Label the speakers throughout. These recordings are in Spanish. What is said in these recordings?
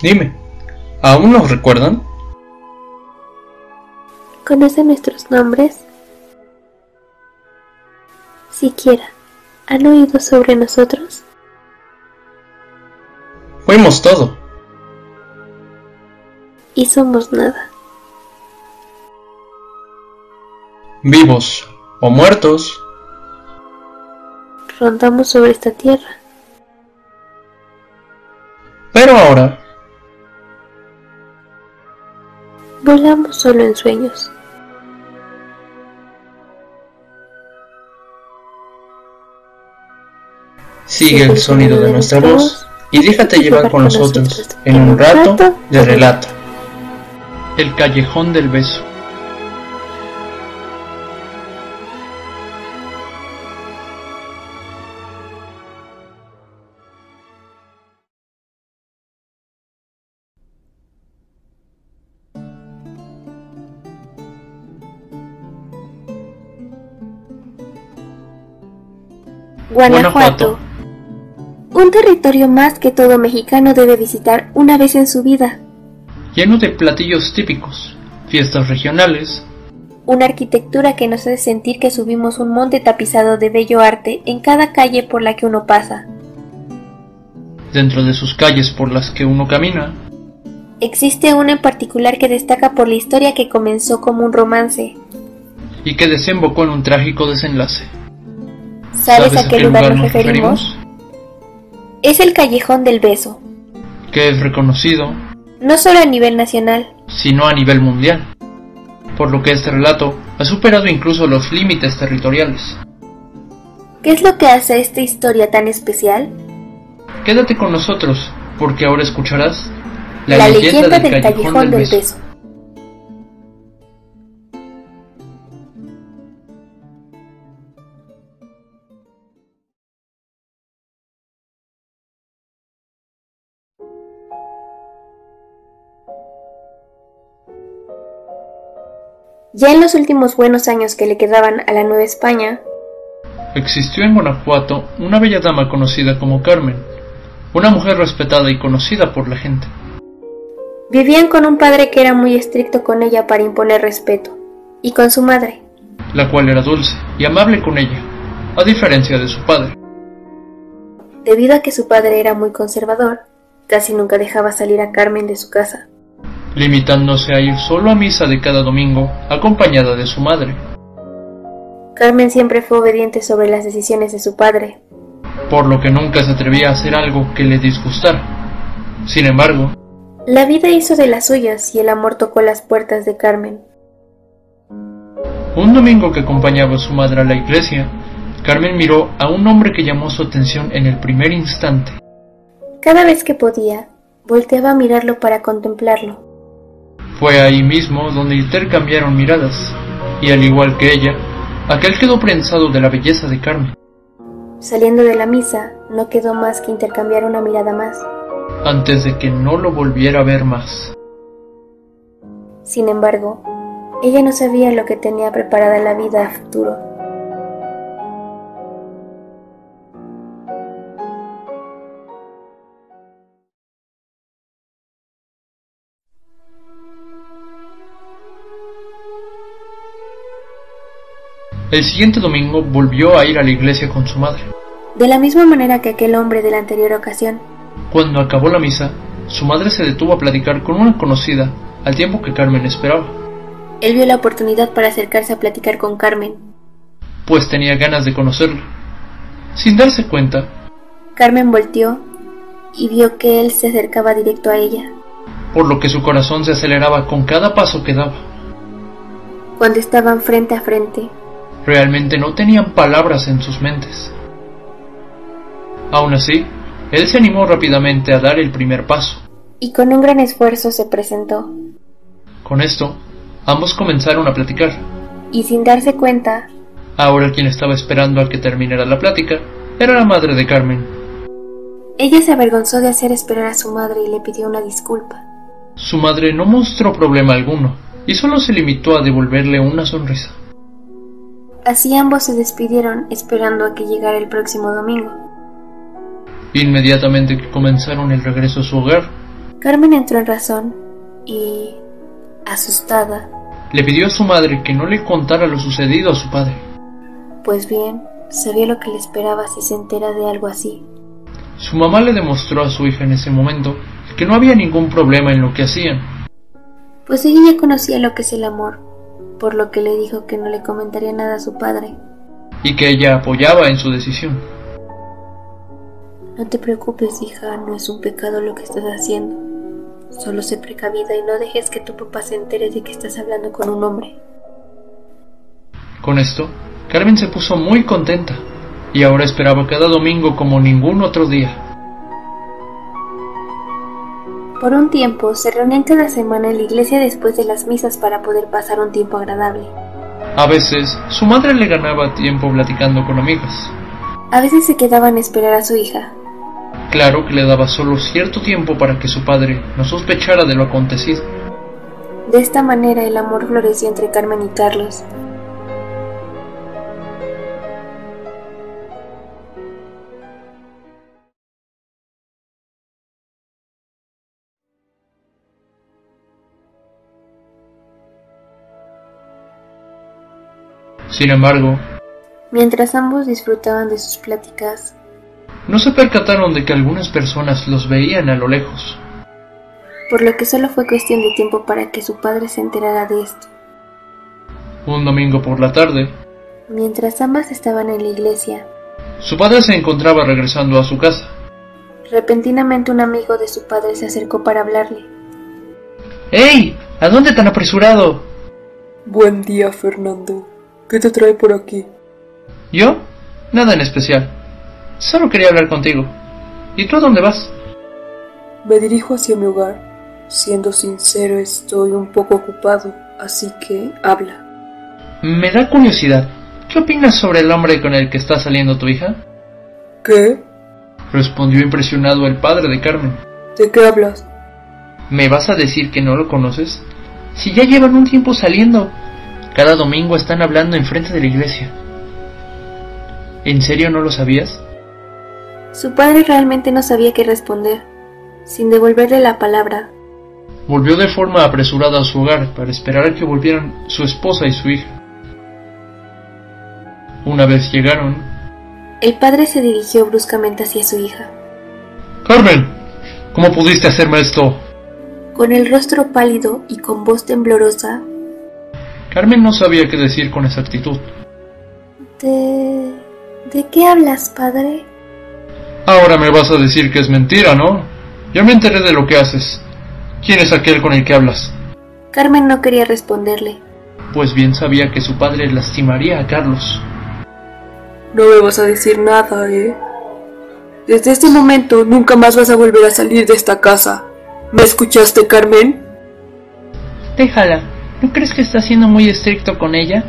Speaker 1: Dime, ¿aún nos recuerdan?
Speaker 2: ¿Conocen nuestros nombres? Siquiera, ¿han oído sobre nosotros?
Speaker 1: Fuimos todo.
Speaker 2: Y somos nada.
Speaker 1: Vivos o muertos,
Speaker 2: Rondamos sobre esta tierra.
Speaker 1: pero ahora
Speaker 2: Volamos solo en sueños.
Speaker 1: sigue el sonido de nuestra voz y déjate llevar con nosotros en un rato de relato. El callejón del beso.
Speaker 3: Guanajuato. Un territorio más que todo mexicano debe visitar una vez en su vida.
Speaker 1: lleno de platillos típicos, fiestas regionales,
Speaker 3: Una arquitectura que nos hace sentir que subimos un monte tapizado de bello arte en cada calle por la que uno pasa.
Speaker 1: dentro de sus calles por las que uno camina,
Speaker 3: Existe una en particular que destaca por la historia que comenzó como un romance.
Speaker 1: y que desembocó en un trágico desenlace.
Speaker 3: ¿Sabes, a qué lugar nos referimos? Es el Callejón del Beso,
Speaker 1: Que es reconocido,
Speaker 3: no solo a nivel nacional,
Speaker 1: sino a nivel mundial, por lo que este relato ha superado incluso los límites territoriales.
Speaker 3: ¿Qué es lo que hace a esta historia tan especial?
Speaker 1: Quédate con nosotros, porque ahora escucharás
Speaker 3: Ya en los últimos buenos años que le quedaban a la Nueva España,
Speaker 1: Existió en Guanajuato una bella dama conocida como Carmen, una mujer respetada y conocida por la gente.
Speaker 3: vivían con un padre que era muy estricto con ella para imponer respeto, y con su madre.
Speaker 1: la cual era dulce y amable con ella, a diferencia de su padre.
Speaker 3: Debido a que su padre era muy conservador, casi nunca dejaba salir a Carmen de su casa.
Speaker 1: limitándose a ir solo a misa de cada domingo acompañada de su madre.
Speaker 3: Carmen siempre fue obediente sobre las decisiones de su padre.
Speaker 1: por lo que nunca se atrevía a hacer algo que le disgustara. Sin embargo,
Speaker 3: La vida hizo de las suyas y el amor tocó las puertas de Carmen.
Speaker 1: un domingo que acompañaba a su madre a la iglesia, Carmen miró a un hombre que llamó su atención en el primer instante.
Speaker 3: Cada vez que podía, volteaba a mirarlo para contemplarlo.
Speaker 1: Fue ahí mismo donde intercambiaron miradas, y al igual que ella, aquel quedó prensado de la belleza de Carmen.
Speaker 3: Saliendo de la misa, no quedó más que intercambiar una mirada más.
Speaker 1: Antes de que no lo volviera a ver más,
Speaker 3: Sin embargo, ella no sabía lo que tenía preparada la vida a futuro.
Speaker 1: el siguiente domingo volvió a ir a la iglesia con su madre.
Speaker 3: De la misma manera que aquel hombre de la anterior ocasión,
Speaker 1: Cuando acabó la misa, su madre se detuvo a platicar con una conocida al tiempo que Carmen esperaba.
Speaker 3: él vio la oportunidad para acercarse a platicar con Carmen.
Speaker 1: pues tenía ganas de conocerlo. Sin darse cuenta,
Speaker 3: Carmen volteó y vio que él se acercaba directo a ella.
Speaker 1: por lo que su corazón se aceleraba con cada paso que daba.
Speaker 3: Cuando estaban frente a frente,
Speaker 1: Realmente no tenían palabras en sus mentes. Aún así, él se animó rápidamente a dar el primer paso.
Speaker 3: y con un gran esfuerzo se presentó,
Speaker 1: Con esto, ambos comenzaron a platicar.
Speaker 3: y sin darse cuenta,
Speaker 1: Ahora quien estaba esperando a que terminara la plática era la madre de Carmen.
Speaker 3: ella se avergonzó de hacer esperar a su madre y le pidió una disculpa.
Speaker 1: Su madre no mostró problema alguno y solo se limitó a devolverle una sonrisa.
Speaker 3: Así ambos se despidieron esperando a que llegara el próximo domingo.
Speaker 1: Inmediatamente que comenzaron el regreso a su hogar,
Speaker 3: Carmen entró en razón y, asustada,
Speaker 1: le pidió a su madre que no le contara lo sucedido a su padre.
Speaker 3: Pues bien, sabía lo que le esperaba si se entera de algo así.
Speaker 1: Su mamá le demostró a su hija en ese momento que no había ningún problema en lo que hacían.
Speaker 3: Pues ella ya conocía lo que es el amor, por lo que le dijo que no le comentaría nada a su padre.
Speaker 1: Y que ella apoyaba en su decisión.
Speaker 3: No te preocupes, hija, no es un pecado lo que estás haciendo. Solo sé precavida y no dejes que tu papá se entere de que estás hablando con un hombre.
Speaker 1: Con esto, Carmen se puso muy contenta y ahora esperaba cada domingo como ningún otro día.
Speaker 3: Por un tiempo se reunían cada semana en la iglesia después de las misas para poder pasar un tiempo agradable.
Speaker 1: A veces su madre le ganaba tiempo platicando con amigas.
Speaker 3: A veces se quedaban a esperar a su hija.
Speaker 1: Claro que le daba solo cierto tiempo para que su padre no sospechara de lo acontecido.
Speaker 3: De esta manera el amor floreció entre Carmen y Carlos,
Speaker 1: Sin embargo,
Speaker 3: mientras ambos disfrutaban de sus pláticas,
Speaker 1: no se percataron de que algunas personas los veían a lo lejos.
Speaker 3: Por lo que solo fue cuestión de tiempo para que su padre se enterara de esto.
Speaker 1: Un domingo por la tarde,
Speaker 3: mientras ambas estaban en la iglesia,
Speaker 1: su padre se encontraba regresando a su casa.
Speaker 3: Repentinamente un amigo de su padre se acercó para hablarle.
Speaker 1: ¡Ey! ¿A dónde tan apresurado?
Speaker 4: Buen día, Fernando. ¿Qué te trae por aquí?
Speaker 1: ¿Yo? Nada en especial. Solo quería hablar contigo. ¿Y tú a dónde vas?
Speaker 4: Me dirijo hacia mi hogar. Siendo sincero, estoy un poco ocupado, así que habla.
Speaker 1: Me da curiosidad. ¿Qué opinas sobre el hombre con el que está saliendo tu hija?
Speaker 4: ¿Qué?
Speaker 1: Respondió impresionado el padre de Carmen.
Speaker 4: ¿De qué hablas?
Speaker 1: ¿Me vas a decir que no lo conoces? Si ya llevan un tiempo saliendo, cada domingo están hablando enfrente de la iglesia. ¿En serio no lo sabías?
Speaker 3: Su padre realmente no sabía qué responder. Sin devolverle la palabra,
Speaker 1: volvió de forma apresurada a su hogar para esperar a que volvieran su esposa y su hija. Una vez llegaron,
Speaker 3: el padre se dirigió bruscamente hacia su hija.
Speaker 1: Carmen, ¿cómo pudiste hacerme esto?
Speaker 3: Con el rostro pálido y con voz temblorosa,
Speaker 1: Carmen no sabía qué decir con exactitud.
Speaker 3: ¿De... ¿De qué hablas, padre?
Speaker 1: Ahora me vas a decir que es mentira, ¿no? Ya me enteré de lo que haces. ¿Quién es aquel con el que hablas?
Speaker 3: Carmen no quería responderle.
Speaker 1: Pues bien sabía que su padre lastimaría a Carlos.
Speaker 4: No me vas a decir nada, ¿eh? Desde este momento nunca más vas a volver a salir de esta casa. ¿Me escuchaste, Carmen?
Speaker 5: Déjala, ¿No crees que está siendo muy estricto con ella?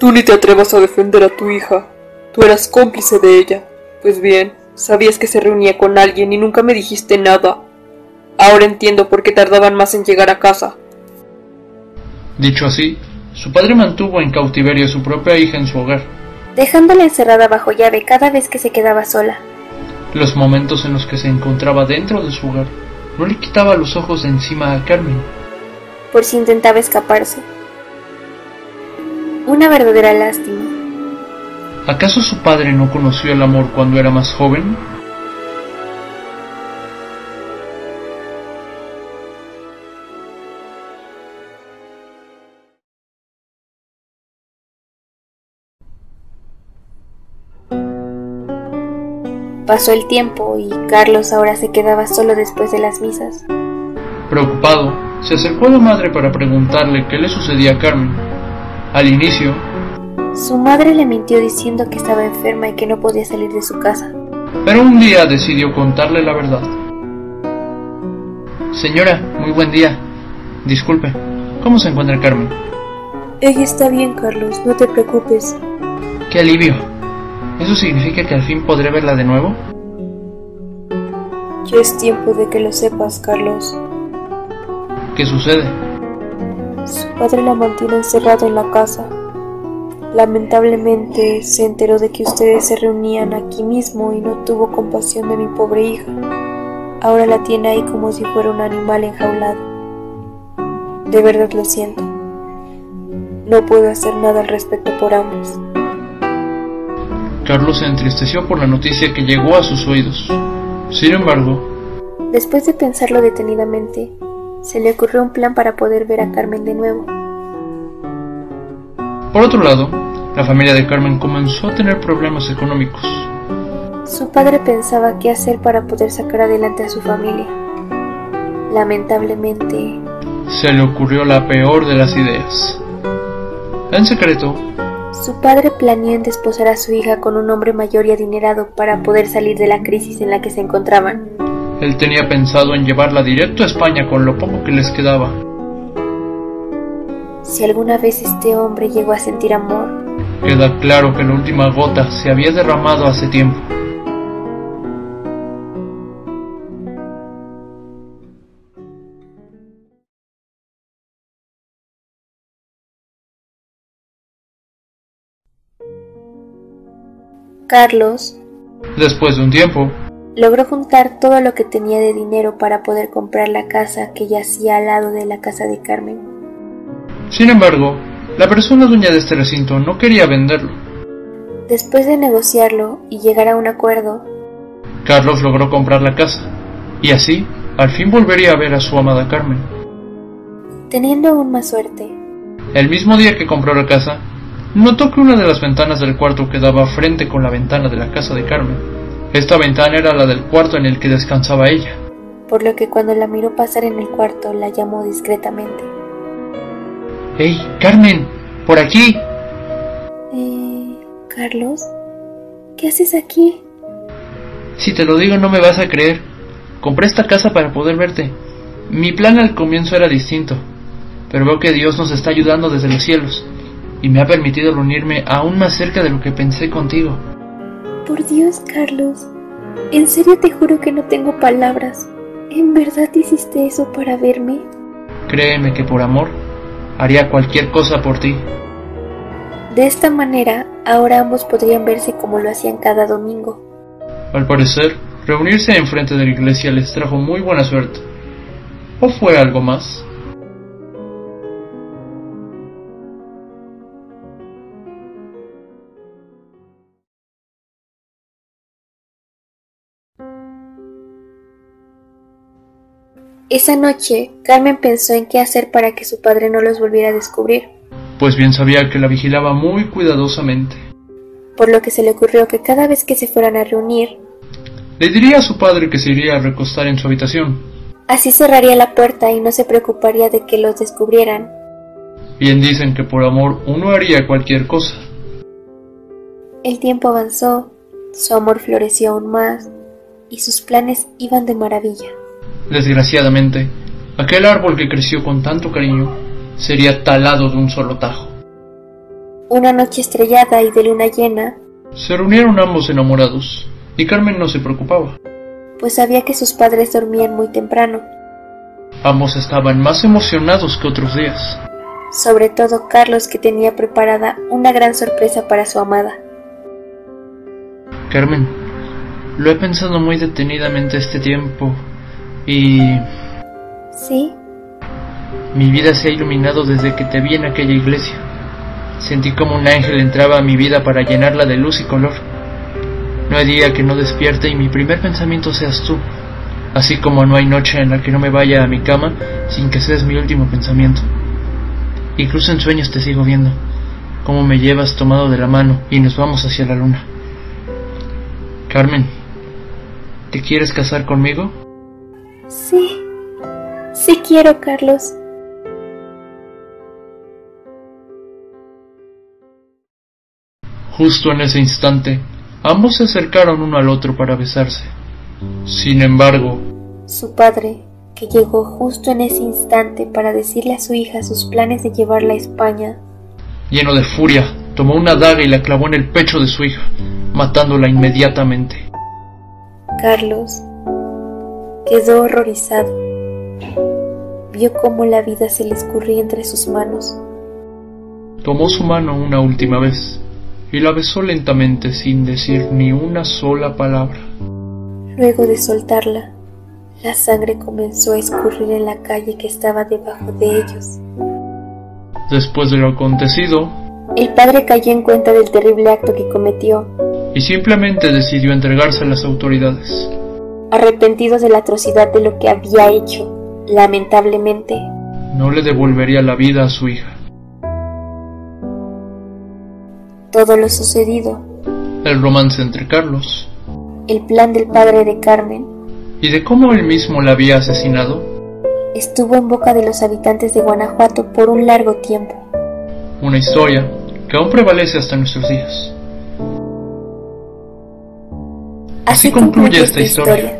Speaker 4: Tú ni te atrevas a defender a tu hija. Tú eras cómplice de ella. Pues bien, sabías que se reunía con alguien y nunca me dijiste nada. Ahora entiendo por qué tardaban más en llegar a casa.
Speaker 1: Dicho así, su padre mantuvo en cautiverio a su propia hija en su hogar,
Speaker 3: dejándola encerrada bajo llave cada vez que se quedaba sola.
Speaker 1: Los momentos en los que se encontraba dentro de su hogar no le quitaba los ojos de encima a Carmen,
Speaker 3: por si intentaba escaparse. Una verdadera lástima.
Speaker 1: ¿Acaso su padre no conoció el amor cuando era más joven?
Speaker 3: Pasó el tiempo y Carlos ahora se quedaba solo después de las misas.
Speaker 1: Preocupado, se acercó a la madre para preguntarle qué le sucedía a Carmen. Al inicio,
Speaker 3: su madre le mintió diciendo que estaba enferma y que no podía salir de su casa.
Speaker 1: Pero un día decidió contarle la verdad. Señora, muy buen día. Disculpe, ¿cómo se encuentra Carmen?
Speaker 4: Ella está bien, Carlos, no te preocupes.
Speaker 1: Qué alivio. ¿Eso significa que al fin podré verla de nuevo?
Speaker 4: Ya es tiempo de que lo sepas, Carlos.
Speaker 1: ¿Qué sucede?
Speaker 4: Su padre la mantiene encerrada en la casa. Lamentablemente se enteró de que ustedes se reunían aquí mismo y no tuvo compasión de mi pobre hija.
Speaker 3: Ahora la tiene ahí como si fuera un animal enjaulado. De verdad lo siento. No puedo hacer nada al respecto por ambos.
Speaker 1: Carlos se entristeció por la noticia que llegó a sus oídos. Sin embargo,
Speaker 3: Después de pensarlo detenidamente, se le ocurrió un plan para poder ver a Carmen de nuevo.
Speaker 1: por otro lado, la familia de Carmen comenzó a tener problemas económicos.
Speaker 3: Su padre pensaba qué hacer para poder sacar adelante a su familia. Lamentablemente,
Speaker 1: Se le ocurrió la peor de las ideas. En secreto,
Speaker 3: su padre planeó en desposar a su hija con un hombre mayor y adinerado para poder salir de la crisis en la que se encontraban.
Speaker 1: él tenía pensado en llevarla directo a España con lo poco que les quedaba.
Speaker 3: Si alguna vez este hombre llegó a sentir amor,
Speaker 1: Queda claro que la última gota se había derramado hace tiempo.
Speaker 3: Carlos
Speaker 1: Después de un tiempo,
Speaker 3: logró juntar todo lo que tenía de dinero para poder comprar la casa que yacía al lado de la casa de Carmen.
Speaker 1: sin embargo, la persona dueña de este recinto no quería venderlo.
Speaker 3: Después de negociarlo y llegar a un acuerdo,
Speaker 1: Carlos logró comprar la casa, y así, al fin volvería a ver a su amada Carmen.
Speaker 3: teniendo aún más suerte,
Speaker 1: El mismo día que compró la casa, notó que una de las ventanas del cuarto quedaba frente con la ventana de la casa de Carmen. Esta ventana era la del cuarto en el que descansaba ella.
Speaker 3: por lo que cuando la miró pasar en el cuarto la llamó discretamente.
Speaker 1: ¡Hey, Carmen! ¡Por aquí!
Speaker 3: Eh, Carlos, ¿qué haces aquí?
Speaker 1: Si te lo digo no me vas a creer. Compré esta casa para poder verte. Mi plan al comienzo era distinto, pero veo que Dios nos está ayudando desde los cielos y me ha permitido reunirme aún más cerca de lo que pensé contigo.
Speaker 3: Por Dios, Carlos, en serio te juro que no tengo palabras. ¿En verdad hiciste eso para verme?
Speaker 1: Créeme que por amor haría cualquier cosa por ti.
Speaker 3: De esta manera, ahora ambos podrían verse como lo hacían cada domingo.
Speaker 1: Al parecer, reunirse enfrente de la iglesia les trajo muy buena suerte. ¿O fue algo más?
Speaker 3: Esa noche, Carmen pensó en qué hacer para que su padre no los volviera a descubrir,
Speaker 1: Pues bien sabía que la vigilaba muy cuidadosamente.
Speaker 3: por lo que se le ocurrió que cada vez que se fueran a reunir,
Speaker 1: Le diría a su padre que se iría a recostar en su habitación.
Speaker 3: así cerraría la puerta y no se preocuparía de que los descubrieran.
Speaker 1: Bien dicen que por amor uno haría cualquier cosa.
Speaker 3: El tiempo avanzó, su amor floreció aún más, y sus planes iban de maravilla.
Speaker 1: Desgraciadamente, aquel árbol que creció con tanto cariño sería talado de un solo tajo.
Speaker 3: Una noche estrellada y de luna llena,
Speaker 1: Se reunieron ambos enamorados, y Carmen no se preocupaba.
Speaker 3: pues sabía que sus padres dormían muy temprano,
Speaker 1: Ambos estaban más emocionados que otros días.
Speaker 3: sobre todo Carlos que tenía preparada una gran sorpresa para su amada.
Speaker 1: Carmen, lo he pensado muy detenidamente este tiempo y
Speaker 3: ¿Sí?
Speaker 1: mi vida se ha iluminado desde que te vi en aquella iglesia. Sentí como un ángel entraba a mi vida para llenarla de luz y color. No hay día que no despierte y mi primer pensamiento seas tú, así como no hay noche en la que no me vaya a mi cama sin que seas mi último pensamiento. Incluso en sueños te sigo viendo, cómo me llevas tomado de la mano y nos vamos hacia la luna. Carmen, ¿te quieres casar conmigo?
Speaker 3: Sí. Sí quiero, Carlos.
Speaker 1: Justo en ese instante, ambos se acercaron uno al otro para besarse. Sin embargo,
Speaker 3: Su padre, que llegó justo en ese instante para decirle a su hija sus planes de llevarla a España,
Speaker 1: lleno de furia, tomó una daga y la clavó en el pecho de su hija, matándola inmediatamente.
Speaker 3: Carlos quedó horrorizado. Vio cómo la vida se le escurría entre sus manos.
Speaker 1: Tomó su mano una última vez y la besó lentamente sin decir ni una sola palabra.
Speaker 3: Luego de soltarla, La sangre comenzó a escurrir en la calle que estaba debajo de ellos.
Speaker 1: Después de lo acontecido,
Speaker 3: El padre cayó en cuenta del terrible acto que cometió,
Speaker 1: y simplemente decidió entregarse a las autoridades.
Speaker 3: arrepentido de la atrocidad de lo que había hecho. Lamentablemente,
Speaker 1: No le devolvería la vida a su hija.
Speaker 3: todo lo sucedido,
Speaker 1: El romance entre Carlos
Speaker 3: el plan del padre de Carmen,
Speaker 1: y de cómo él mismo la había asesinado,
Speaker 3: estuvo en boca de los habitantes de Guanajuato por un largo tiempo.
Speaker 1: una historia que aún prevalece hasta nuestros días. Así concluye esta historia.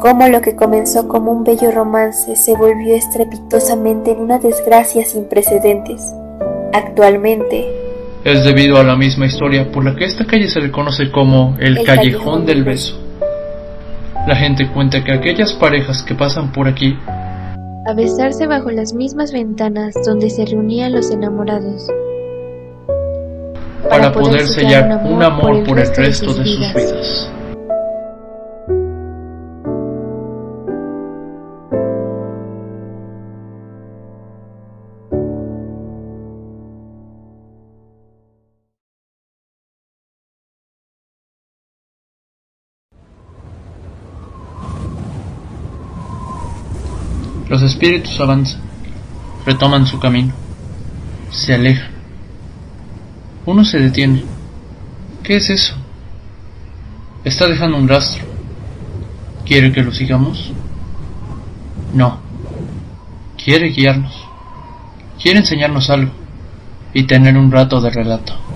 Speaker 3: Cómo lo que comenzó como un bello romance se volvió estrepitosamente en una desgracia sin precedentes. Actualmente,
Speaker 1: Es debido a la misma historia por la que esta calle se le conoce como el,
Speaker 3: El
Speaker 1: callejón,
Speaker 3: Callejón
Speaker 1: del beso. La gente cuenta que aquellas parejas que pasan por aquí
Speaker 6: a besarse bajo las mismas ventanas donde se reunían los enamorados.
Speaker 1: para, poder sellar un amor por el resto de sus vidas. Los espíritus avanzan, retoman su camino, se alejan. Uno se detiene. ¿Qué es eso? Está dejando un rastro. ¿Quiere que lo sigamos? No. Quiere guiarnos. Quiere enseñarnos algo y tener un rato de relato.